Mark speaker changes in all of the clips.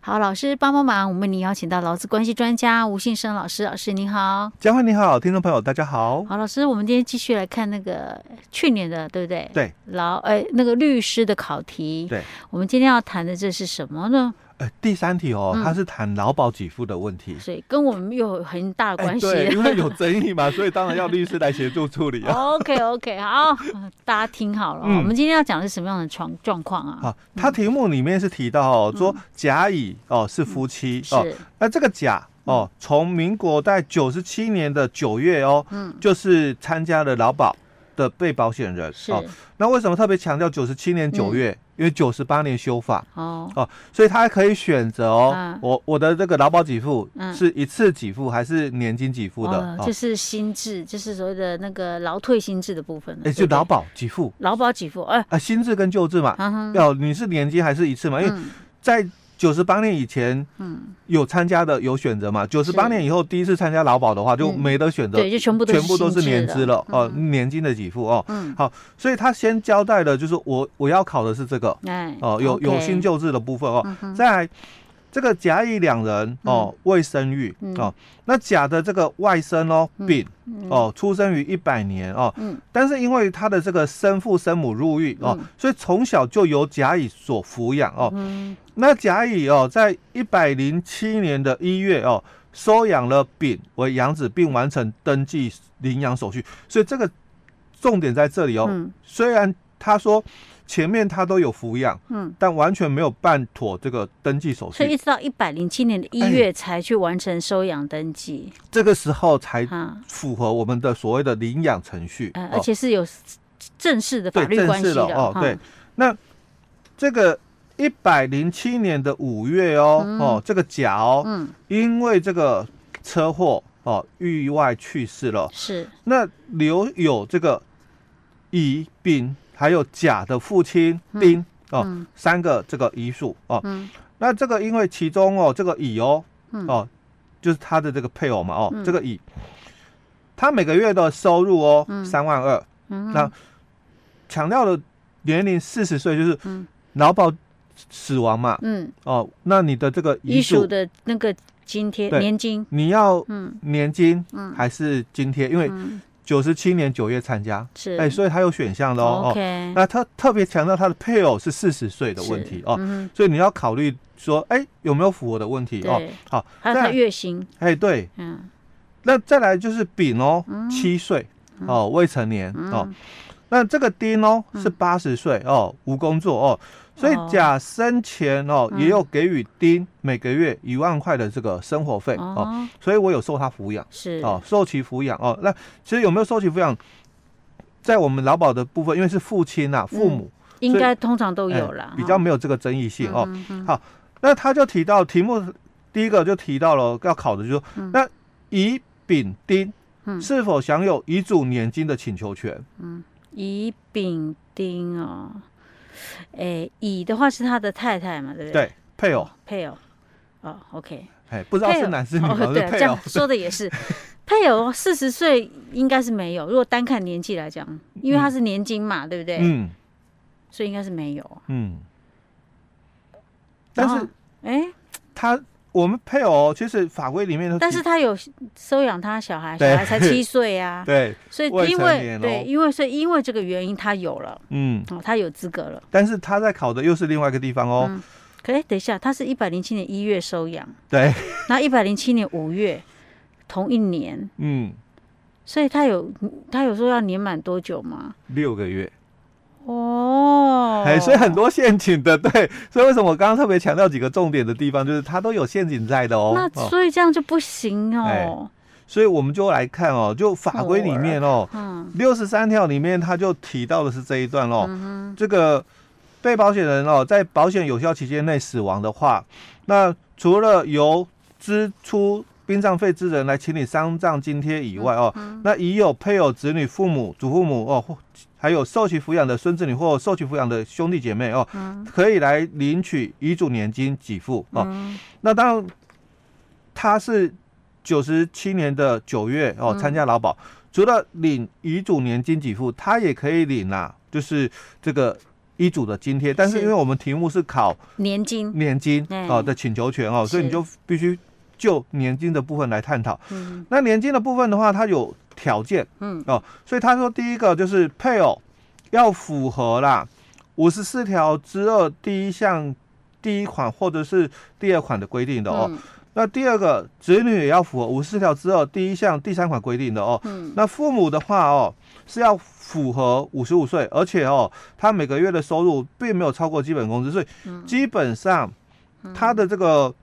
Speaker 1: 好，老师帮帮忙，我们为您邀请到劳资关系专家吴信生老师，老师您好。
Speaker 2: 嘉惠你好，听众朋友大家好。
Speaker 1: 好，老师，我们今天继续来看那个去年的，对不对？
Speaker 2: 对，
Speaker 1: 劳呃那个律师的考题。
Speaker 2: 对，
Speaker 1: 我们今天要谈的这是什么呢？
Speaker 2: 呃，第三题哦，
Speaker 1: 嗯
Speaker 2: 它是谈劳保给付的问题。
Speaker 1: 所以跟我们又有很大的
Speaker 2: 嗯哎
Speaker 1: 关系。
Speaker 2: 对，因为有争议嘛，所以当然要律师来协助处理啊。
Speaker 1: OK OK，好，大家听好了哦，
Speaker 2: 嗯
Speaker 1: 我们今天要讲的是什么样的状状况啊？
Speaker 2: 好，哦它题目里面是提到哦，说甲乙哦是夫妻哦，
Speaker 1: 嗯是
Speaker 2: 那这个甲哦，从民国在九十七年的九月哦，
Speaker 1: 嗯
Speaker 2: 就是参加了劳保的被保险人
Speaker 1: 是嗯
Speaker 2: 哦。那为什么特别强调九十七年九月？因为九十八年修法，
Speaker 1: 哦，
Speaker 2: 所以他可以选择哦，
Speaker 1: 嗯
Speaker 2: 我我的这个劳保给付
Speaker 1: 嗯
Speaker 2: 是一次给付还是年金给付的？
Speaker 1: 哦
Speaker 2: 哦
Speaker 1: 就是心智，就是所谓的那个劳退心智的部分了。
Speaker 2: 哎，
Speaker 1: 对
Speaker 2: 就
Speaker 1: 不对
Speaker 2: 劳保给付
Speaker 1: 劳保给付，哎，
Speaker 2: 啊，新制跟旧制嘛，
Speaker 1: 嗯哼
Speaker 2: 要你是年金还是一次嘛？因为
Speaker 1: 嗯
Speaker 2: 在九十八年以前，
Speaker 1: 嗯，
Speaker 2: 有参加的有选择嘛？九十八年以后第一次参加劳保的话，就
Speaker 1: 嗯
Speaker 2: 没得选择，
Speaker 1: 对，就全部都
Speaker 2: 全部都是
Speaker 1: 薪
Speaker 2: 年
Speaker 1: 的
Speaker 2: 资了哦，
Speaker 1: 嗯
Speaker 2: 年金的给付哦。
Speaker 1: 嗯，
Speaker 2: 所以他先交代的就是我我要考的是这个
Speaker 1: 哎，
Speaker 2: 哦，有有
Speaker 1: OK
Speaker 2: 新，旧制的部分哦。
Speaker 1: 嗯哼
Speaker 2: 再来，这个甲乙两人哦未生育
Speaker 1: 嗯
Speaker 2: 哦，那甲的这个外甥哦
Speaker 1: 嗯
Speaker 2: 丙
Speaker 1: 嗯
Speaker 2: 哦出生于一百年哦
Speaker 1: 嗯，
Speaker 2: 但是因为他的这个生父生母入狱哦
Speaker 1: 嗯，
Speaker 2: 所以从小就由甲乙所抚养哦。
Speaker 1: 嗯
Speaker 2: 那甲乙哦，在一百零七年的一月哦，收养了丙为养子，并完成登记领养手续。所以这个重点在这里哦。
Speaker 1: 嗯
Speaker 2: 虽然他说前面他都有抚养，
Speaker 1: 嗯，
Speaker 2: 但完全没有办妥这个登记手
Speaker 1: 所以
Speaker 2: 续
Speaker 1: 一，直到一百零七年的一
Speaker 2: 哎
Speaker 1: 月才去完成收养登记，
Speaker 2: 这个时候才
Speaker 1: 哈，
Speaker 2: 符合我们的所谓的领养程序。
Speaker 1: 呃
Speaker 2: 哎哦
Speaker 1: 而且是有正式的法律
Speaker 2: 对正
Speaker 1: 关系
Speaker 2: 式
Speaker 1: 的
Speaker 2: 了哦，
Speaker 1: 哈
Speaker 2: 对，这个一百零七年的五月哦、哦，这个甲哦，
Speaker 1: 嗯，
Speaker 2: 因为这个车祸哦意外去世了。
Speaker 1: 是，
Speaker 2: 那留有这个乙、丙还有甲的父亲丁、哦、
Speaker 1: 嗯
Speaker 2: 三个这个遗属哦。
Speaker 1: 嗯
Speaker 2: 那这个因为其中哦这个乙哦、
Speaker 1: 嗯
Speaker 2: 哦就是他的这个配偶嘛哦、这个乙，他每个月的收入哦三、万二，
Speaker 1: 嗯
Speaker 2: 那强调的年龄四十岁就是
Speaker 1: 嗯
Speaker 2: 劳保死亡嘛
Speaker 1: 嗯，
Speaker 2: 哦，那你的这个
Speaker 1: 遗
Speaker 2: 遗
Speaker 1: 属
Speaker 2: 属
Speaker 1: 的那个津贴
Speaker 2: 对
Speaker 1: 年金，
Speaker 2: 你要
Speaker 1: 嗯
Speaker 2: 年金
Speaker 1: 嗯
Speaker 2: 还是津贴？因为
Speaker 1: 嗯，
Speaker 2: 九十七年九月参加，
Speaker 1: 是，
Speaker 2: 哎，所以他有选项的哦。哦
Speaker 1: OK
Speaker 2: 那他特别强调他的配偶是四十岁的问题哦，
Speaker 1: 嗯哼，
Speaker 2: 所以你要考虑说，哎，有没有符合的问题哦？
Speaker 1: 对，
Speaker 2: 好，
Speaker 1: 还有他
Speaker 2: 再
Speaker 1: 月薪，
Speaker 2: 哎，对，
Speaker 1: 嗯
Speaker 2: 那再来就是丙哦，七岁
Speaker 1: 嗯
Speaker 2: 哦，未成年哦。那这个丁哦是八十岁哦，无工作哦，所以
Speaker 1: 哦嗯
Speaker 2: 甲生前哦也有给予丁每个月一万块的这个生活费哦，
Speaker 1: 哦，
Speaker 2: 所以我有受他抚养。
Speaker 1: 是，
Speaker 2: 哦，受其抚养哦。那其实有没有受其抚养，在我们劳保的部分，因为是父亲啊，父母、
Speaker 1: 应
Speaker 2: 所以
Speaker 1: 该通常嗯都
Speaker 2: 哎
Speaker 1: 有啦，
Speaker 2: 比
Speaker 1: 哈
Speaker 2: 较没有这个争议性哦。
Speaker 1: 嗯哼
Speaker 2: 那他就提到题目第一个就提到了要考的就是说，那乙丙丁
Speaker 1: 嗯
Speaker 2: 是否享有遗嘱年金的请求权？
Speaker 1: 乙丙丁哦，诶，乙的话是他的太太嘛，对不对？
Speaker 2: 对，配偶，
Speaker 1: 配偶，哦，OK，
Speaker 2: 哎，不知道
Speaker 1: 配
Speaker 2: 是
Speaker 1: 偶
Speaker 2: 男是女，好
Speaker 1: 哦
Speaker 2: 像
Speaker 1: 对
Speaker 2: 是
Speaker 1: 啊，这
Speaker 2: 配
Speaker 1: 样
Speaker 2: 偶。
Speaker 1: 说的也是。配偶四十岁应该是没有，如果单看年纪来讲，因为他是年金嘛，对不对？
Speaker 2: 嗯
Speaker 1: 所以应该是没有。
Speaker 2: 嗯，但
Speaker 1: 然后
Speaker 2: 是
Speaker 1: 哎，
Speaker 2: 他我们配偶哦其实法规里面都
Speaker 1: 但
Speaker 2: 提
Speaker 1: 是他有收养他小孩，小
Speaker 2: 嗯对
Speaker 1: 孩才七岁啊，
Speaker 2: 对，
Speaker 1: 所以
Speaker 2: 未
Speaker 1: 因
Speaker 2: 成
Speaker 1: 为
Speaker 2: 年
Speaker 1: 对，
Speaker 2: 哦
Speaker 1: 因为所以因为这个原因他有了
Speaker 2: 嗯，
Speaker 1: 哦，他有资格了。
Speaker 2: 但是他在考的又是另外一个地方哦，
Speaker 1: 嗯可哎，等一下，他是一百零七年一月收养，
Speaker 2: 对，
Speaker 1: 然后一百零七年五月同一年，
Speaker 2: 嗯。
Speaker 1: 所以他有他有说要年满多久吗？
Speaker 2: 六个月，
Speaker 1: 哦，
Speaker 2: 哎、所以很多陷阱的，对， 所以为什么我刚刚特别强调几个重点的地方，就是它都有陷阱在的哦。
Speaker 1: 那
Speaker 2: 哦
Speaker 1: 所以这样就不行
Speaker 2: 哎
Speaker 1: 哦。
Speaker 2: 所以我们就来看哦，就法规里面哦，
Speaker 1: 嗯
Speaker 2: 六十三条里面它就提到的是这一段哦，这个被保险人哦，在保险有效期间内死亡的话，那除了由支出殡葬费之人来请你丧葬津贴以外哦，那已有配偶、子女、父母、祖父母哦，或还有受其抚养的孙子女或受其抚养的兄弟姐妹哦，可以来领取遗嘱年金给付哦。
Speaker 1: 嗯
Speaker 2: 那当然，他是九十七年的九月哦
Speaker 1: 嗯
Speaker 2: 参加劳保，啊除了领遗嘱年金给付，他也可以领啦、就是这个医嘱的津贴，但是
Speaker 1: 是
Speaker 2: 因为我们题目是考
Speaker 1: 年金，
Speaker 2: 年金
Speaker 1: 哎
Speaker 2: 哦的请求权哦，所以你
Speaker 1: 是
Speaker 2: 就必须就年金的部分来探讨。
Speaker 1: 嗯
Speaker 2: 那年金的部分的话，它有条件
Speaker 1: 嗯
Speaker 2: 哦，所以他说第一个就是配偶要符合啦五十四条之二第一项第一款或者是第二款的规定的哦。
Speaker 1: 嗯
Speaker 2: 那第二个子女也要符合五十四条之二第一项第三款规定的哦。
Speaker 1: 嗯
Speaker 2: 那父母的话哦，是要符合五十五岁，而且哦，他每个月的收入并没有超过基本工资，所以
Speaker 1: 嗯
Speaker 2: 基本上他的这个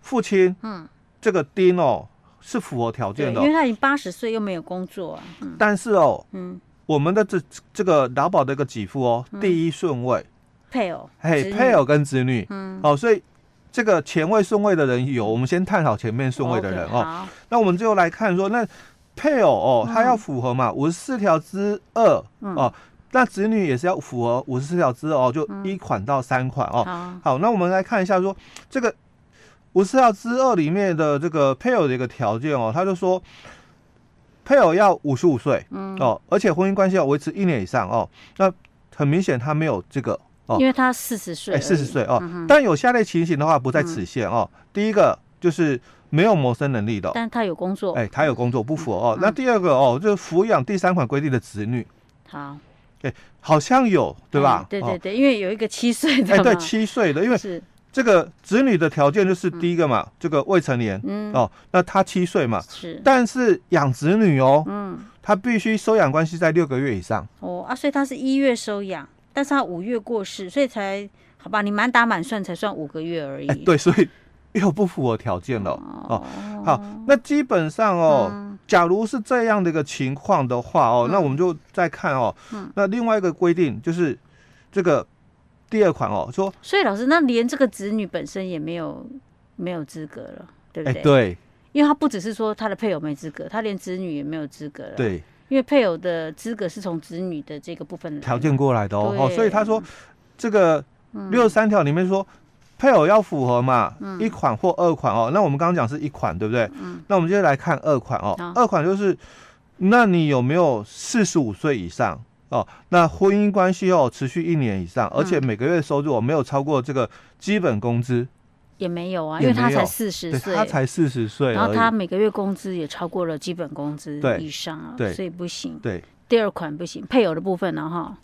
Speaker 2: 父亲
Speaker 1: 嗯，
Speaker 2: 这个丁哦是符合条
Speaker 1: 对，
Speaker 2: 件的
Speaker 1: 因
Speaker 2: 哦、
Speaker 1: 为他已经八十岁又没有工作啊，嗯
Speaker 2: 但是哦，
Speaker 1: 嗯，
Speaker 2: 我们的这这个劳保的一个给付哦，第一顺位，
Speaker 1: 配偶，嗯子
Speaker 2: 嘿，
Speaker 1: 女
Speaker 2: 配，偶跟子女，
Speaker 1: 嗯，
Speaker 2: 哦，所以这个前位顺位的人有，我们先探讨前面顺位的人
Speaker 1: OK，
Speaker 2: 哦。
Speaker 1: 好，
Speaker 2: 那我们就来看说，那配偶哦，
Speaker 1: 嗯
Speaker 2: 他要符合嘛五十四条之二哦，那子女也是要符合五十四条之二哦，就
Speaker 1: 嗯
Speaker 2: 一款到三款哦。
Speaker 1: 好，
Speaker 2: 好，那我们来看一下说这个五十四条之二里面的这个配偶的一个条件哦，他就说配偶要五十五岁
Speaker 1: 嗯，
Speaker 2: 哦，而且婚姻关系要维持一年以上哦。那很明显他没有这个哦
Speaker 1: 因为他四十岁而
Speaker 2: 哎，
Speaker 1: 已，
Speaker 2: 四十岁哦。
Speaker 1: 嗯哼，嗯
Speaker 2: 但有下列情形的话，不在此限哦。第一个就是没有谋生能力的、哦，
Speaker 1: 但他有工作，
Speaker 2: 哎，他有工作不
Speaker 1: 嗯
Speaker 2: 符合哦。那第二个哦，就是抚养第三款规定的子女，
Speaker 1: 好，
Speaker 2: 好像有对
Speaker 1: 嗯？
Speaker 2: 吧
Speaker 1: 对啊
Speaker 2: 哦
Speaker 1: 对对，因为有一个七岁的
Speaker 2: 哎，
Speaker 1: 嘛，
Speaker 2: 对，七岁的，因为
Speaker 1: 是，
Speaker 2: 这个子女的条件就是第一个嘛，这个未成年
Speaker 1: 嗯，
Speaker 2: 哦，那他七岁嘛，
Speaker 1: 是，
Speaker 2: 但是养子女哦，
Speaker 1: 嗯，
Speaker 2: 他必须收养关系在六个月以上。
Speaker 1: 哦啊，所以他是一月收养，但是他五月过世，所以才好吧，你满打满算才算五个月而已。
Speaker 2: 哎，对，所以 又不符合条件了哦。好，那基本上哦，
Speaker 1: 嗯
Speaker 2: 假如是这样的一个情况的话哦，那我们就再看哦。
Speaker 1: 嗯
Speaker 2: 那另外一个规定就是这个第二款哦，说
Speaker 1: 所以老师，那连这个子女本身也没有没有资格了，对不
Speaker 2: 哎，
Speaker 1: 对？
Speaker 2: 对
Speaker 1: 因为他不只是说他的配偶没资格，他连子女也没有资格了。，
Speaker 2: 对，
Speaker 1: 因为配偶的资格是从子女的这个部分来的
Speaker 2: 条件过来的哦。哦，
Speaker 1: 嗯对嗯
Speaker 2: 所以他说这个六十三条里面说。配偶要符合嘛，一款或二款哦。那我们刚刚讲是一款，对不对？那我们接下来看二款哦
Speaker 1: 嗯好。
Speaker 2: 二款就是，那你有没有四十五岁以上哦？那婚姻关系哦，持续一年以
Speaker 1: 嗯
Speaker 2: 上，而且每个月收入哦没有超过这个基本工资，
Speaker 1: 也没有啊，
Speaker 2: 也
Speaker 1: 因为他
Speaker 2: 没有
Speaker 1: 才四十
Speaker 2: 对
Speaker 1: 岁，
Speaker 2: 他才四十岁
Speaker 1: 然后
Speaker 2: 而
Speaker 1: 他
Speaker 2: 已。
Speaker 1: 每个月工资也超过了基本工资
Speaker 2: 对
Speaker 1: 以上啊，
Speaker 2: 对
Speaker 1: 所以不行。
Speaker 2: 对，
Speaker 1: 第二款不行，配偶的部分呢、哈，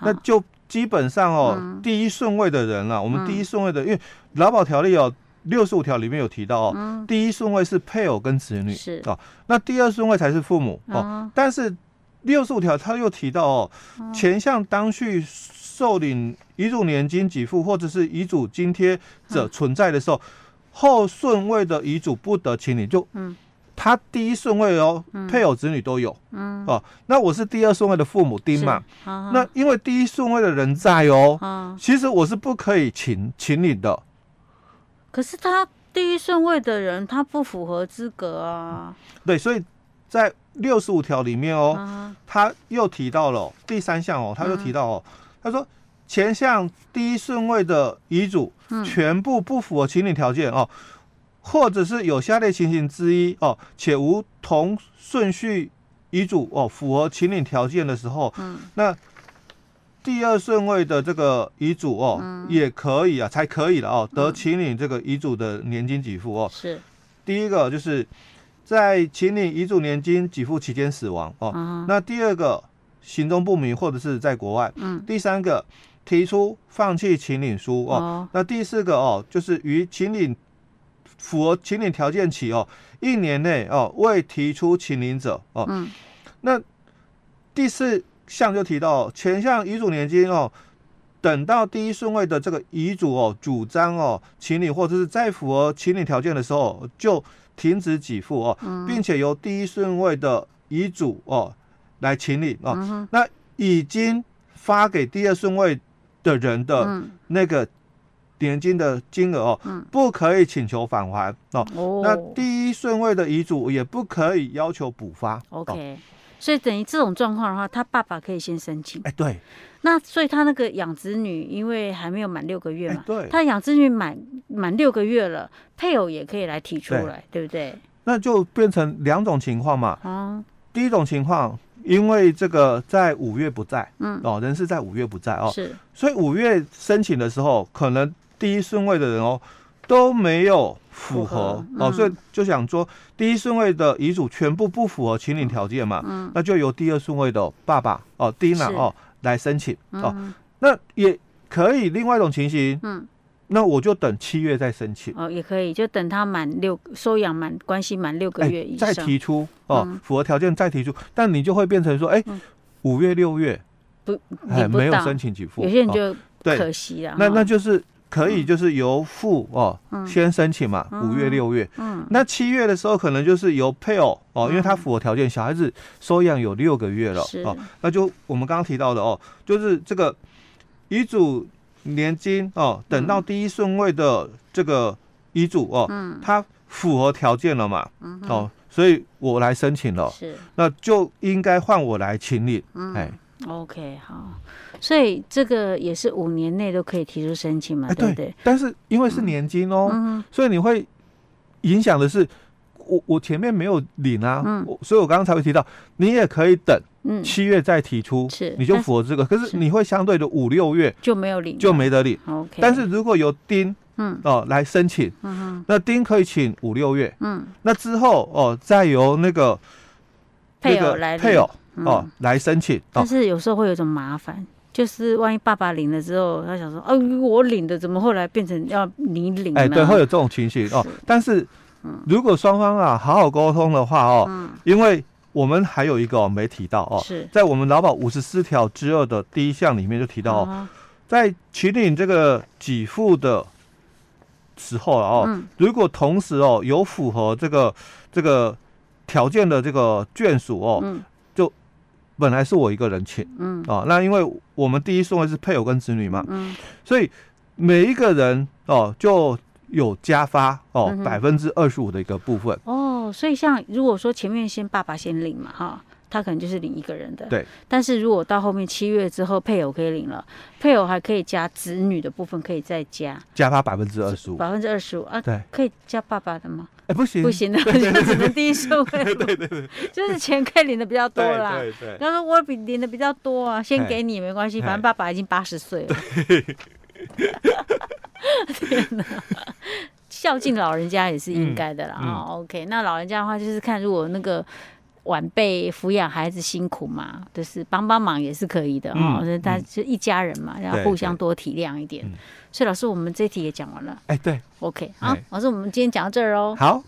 Speaker 2: 那就基本上哦，第一顺位的人啊，我们第一顺位的，因为劳保条例哦。六十五条里面有提到哦，第一顺位是配偶跟子女，
Speaker 1: 是
Speaker 2: 哦，那第二顺位才是父母哦。
Speaker 1: 啊
Speaker 2: 但是六十五条他又提到哦，前项当续受领遗嘱年金给付或者是遗嘱津贴者存在的时候，后顺位的遗嘱不得请领，就
Speaker 1: 嗯
Speaker 2: 他第一顺位哦，配偶子女都有，嗯，哦，那我是第二顺位的父母丁嘛，
Speaker 1: 是啊
Speaker 2: 那因为第一顺位的人在哦，
Speaker 1: 啊，
Speaker 2: 其实我是不可以请请领的，
Speaker 1: 可是他第一顺位的人，他不符合资格啊。
Speaker 2: 对，所以在六十五条里面哦，
Speaker 1: 啊，
Speaker 2: 他又提到了哦第三项哦，他又提到哦，他说前项第一顺位的遗嘱全部不符合请领条件哦，或者是有下列情形之一哦，且无同顺序遗嘱哦符合请领条件的时候，那第二顺位的这个遗嘱哦、也可以啊，才可以了哦，得请领这个遗嘱的年金给付哦，
Speaker 1: 是
Speaker 2: 第一个就是在请领遗嘱年金给付期间死亡哦，
Speaker 1: 啊
Speaker 2: 那第二个行踪不明或者是在国外，
Speaker 1: 嗯，
Speaker 2: 第三个提出放弃请领书哦，
Speaker 1: 哦，
Speaker 2: 那第四个哦就是于请领符合请领条件起哦一年内哦未提出请领者哦，
Speaker 1: 嗯
Speaker 2: 那第四项就提到前项遗嘱年金哦。等到第一顺位的这个遗嘱哦，主张哦，请领或者是再符合请领条件的时候，就停止给付哦，
Speaker 1: 嗯
Speaker 2: 并且由第一顺位的遗嘱哦来请领哦。
Speaker 1: 嗯
Speaker 2: 那已经发给第二顺位的人的
Speaker 1: 嗯
Speaker 2: 那个年金的金额哦，不可以请求返还哦。
Speaker 1: 哦，
Speaker 2: 那第一顺位的遗嘱也不可以要求补发。哦
Speaker 1: OK。所以等于这种状况的话，他爸爸可以先申请。
Speaker 2: 哎，对，
Speaker 1: 那所以他那个养子女，因为还没有满六个月
Speaker 2: 哎
Speaker 1: 嘛，
Speaker 2: 对，
Speaker 1: 他养子女满满六个月了，配偶也可以来提出来，对不对？
Speaker 2: 那就变成两种情况嘛。
Speaker 1: 哦，
Speaker 2: 第一种情况，因为这个在五月不在，嗯，哦，人是在五月不在哦，
Speaker 1: 是
Speaker 2: 所以五月申请的时候，可能第一顺位的人哦都没有符合
Speaker 1: 符合
Speaker 2: 哦，
Speaker 1: 嗯
Speaker 2: 所以就想说第一顺位的遗嘱全部不符合请领条件嘛，嗯，那就由第二顺位的爸爸哦 Dina
Speaker 1: 是
Speaker 2: 哦来申请哦，那也可以另外一种情形，嗯，那我就等七月再申请。
Speaker 1: 哦，也可以，就等他满六收养满关系满六个
Speaker 2: 哎
Speaker 1: 月以上，嗯
Speaker 2: 再提出哦，符合条件再提出，但你就会变成说，哎，五月六月哎
Speaker 1: 领不
Speaker 2: 没有
Speaker 1: 到
Speaker 2: 申请给付，
Speaker 1: 有些人
Speaker 2: 哦
Speaker 1: 就
Speaker 2: 对
Speaker 1: 可，惜了哈。
Speaker 2: 那那就是可
Speaker 1: 嗯
Speaker 2: 以就是由父哦先申请嘛，五月六月，
Speaker 1: 嗯
Speaker 2: 那七月的时候可能就是由配偶哦，因为他符合条件，小孩子收养有六个月了
Speaker 1: 是
Speaker 2: 哦，那就我们刚刚提到的哦，就是这个遗嘱年金哦，等到第一顺位的这个遗嘱哦，
Speaker 1: 嗯
Speaker 2: 它符合条件了嘛，哦，所以我来申请了，
Speaker 1: 是
Speaker 2: 那就应该换我来请领，
Speaker 1: 嗯
Speaker 2: 哎
Speaker 1: OK 好，所以这个也是五年内都可以提出申请嘛，嗯
Speaker 2: 哎
Speaker 1: 对不嗯
Speaker 2: 对
Speaker 1: 对？，
Speaker 2: 但是因为是年金哦，所以你会影响的是。我我前面没有领啊，我所以我刚刚才会提到，你也可以等
Speaker 1: 嗯，
Speaker 2: 七月再提出，
Speaker 1: 是
Speaker 2: 你就
Speaker 1: 但是
Speaker 2: 符合这个。可
Speaker 1: 是
Speaker 2: 是你会相对的五六月
Speaker 1: 就没有领
Speaker 2: 就
Speaker 1: 了
Speaker 2: 没得领。
Speaker 1: OK，
Speaker 2: 但是如果有丁，
Speaker 1: 嗯
Speaker 2: 哦来申请，那丁可以请五六月，
Speaker 1: 嗯，
Speaker 2: 那之后哦再由那个
Speaker 1: 配
Speaker 2: 那
Speaker 1: 偶
Speaker 2: 个
Speaker 1: 来领嗯
Speaker 2: 配偶哦来申请
Speaker 1: 但
Speaker 2: 哦，
Speaker 1: 是有时候会有一种麻烦，就是万一爸爸领了之后，他想说，哦、我领的怎么后来变成要你领呢？
Speaker 2: 哎对，会有这种情形哦
Speaker 1: 是。嗯
Speaker 2: 但是如果双方啊好好沟通的话哦，因为我们还有一个哦没提到哦，
Speaker 1: 是
Speaker 2: 在我们劳保五十四条之二的第一项里面就提到哦，
Speaker 1: 哦
Speaker 2: 在请领这个给付的时候啊哦，
Speaker 1: 嗯
Speaker 2: 如果同时哦有符合这个这个条件的这个眷属哦，
Speaker 1: 嗯
Speaker 2: 就本来是我一个人请，
Speaker 1: 嗯
Speaker 2: 哦，那因为我们第一顺位是配偶跟子女嘛，所以每一个人哦就有加发哦
Speaker 1: 嗯哼
Speaker 2: 百分之二十五的一个部分，
Speaker 1: 哦，所以像如果说前面先爸爸先领嘛，哈。他可能就是领一个人的，
Speaker 2: 对。
Speaker 1: 但是如果到后面七月之后，配偶可以领了，配偶还可以加子女的部分，可以再加
Speaker 2: 加发百分之二十五，
Speaker 1: 百分之二十五啊，
Speaker 2: 对，
Speaker 1: 可以加爸爸的吗？
Speaker 2: 哎不行
Speaker 1: 不，行的，就只能第一顺位。 对对对， 就是钱可以领的比较多
Speaker 2: 对
Speaker 1: 啦。
Speaker 2: 对 对，
Speaker 1: 他说我比领的比较多啊，先给你也没关系，
Speaker 2: 哎
Speaker 1: 反正爸爸已经八十岁了。天 哪，孝敬老人家也是应该的啦。
Speaker 2: 嗯嗯
Speaker 1: 哦，OK，那老人家的话就是看如果那个。晚辈抚养孩子辛苦嘛，就是帮帮忙也是可以的哈、
Speaker 2: 嗯
Speaker 1: 哦，所以大家就一家人嘛，要
Speaker 2: 对
Speaker 1: 互相
Speaker 2: 对
Speaker 1: 多体谅一点
Speaker 2: 嗯。
Speaker 1: 所以老师，我们这题也讲完了
Speaker 2: 哎对，
Speaker 1: ，OK 啊
Speaker 2: 哎，
Speaker 1: 老师，我们今天讲到这儿哦。
Speaker 2: 好，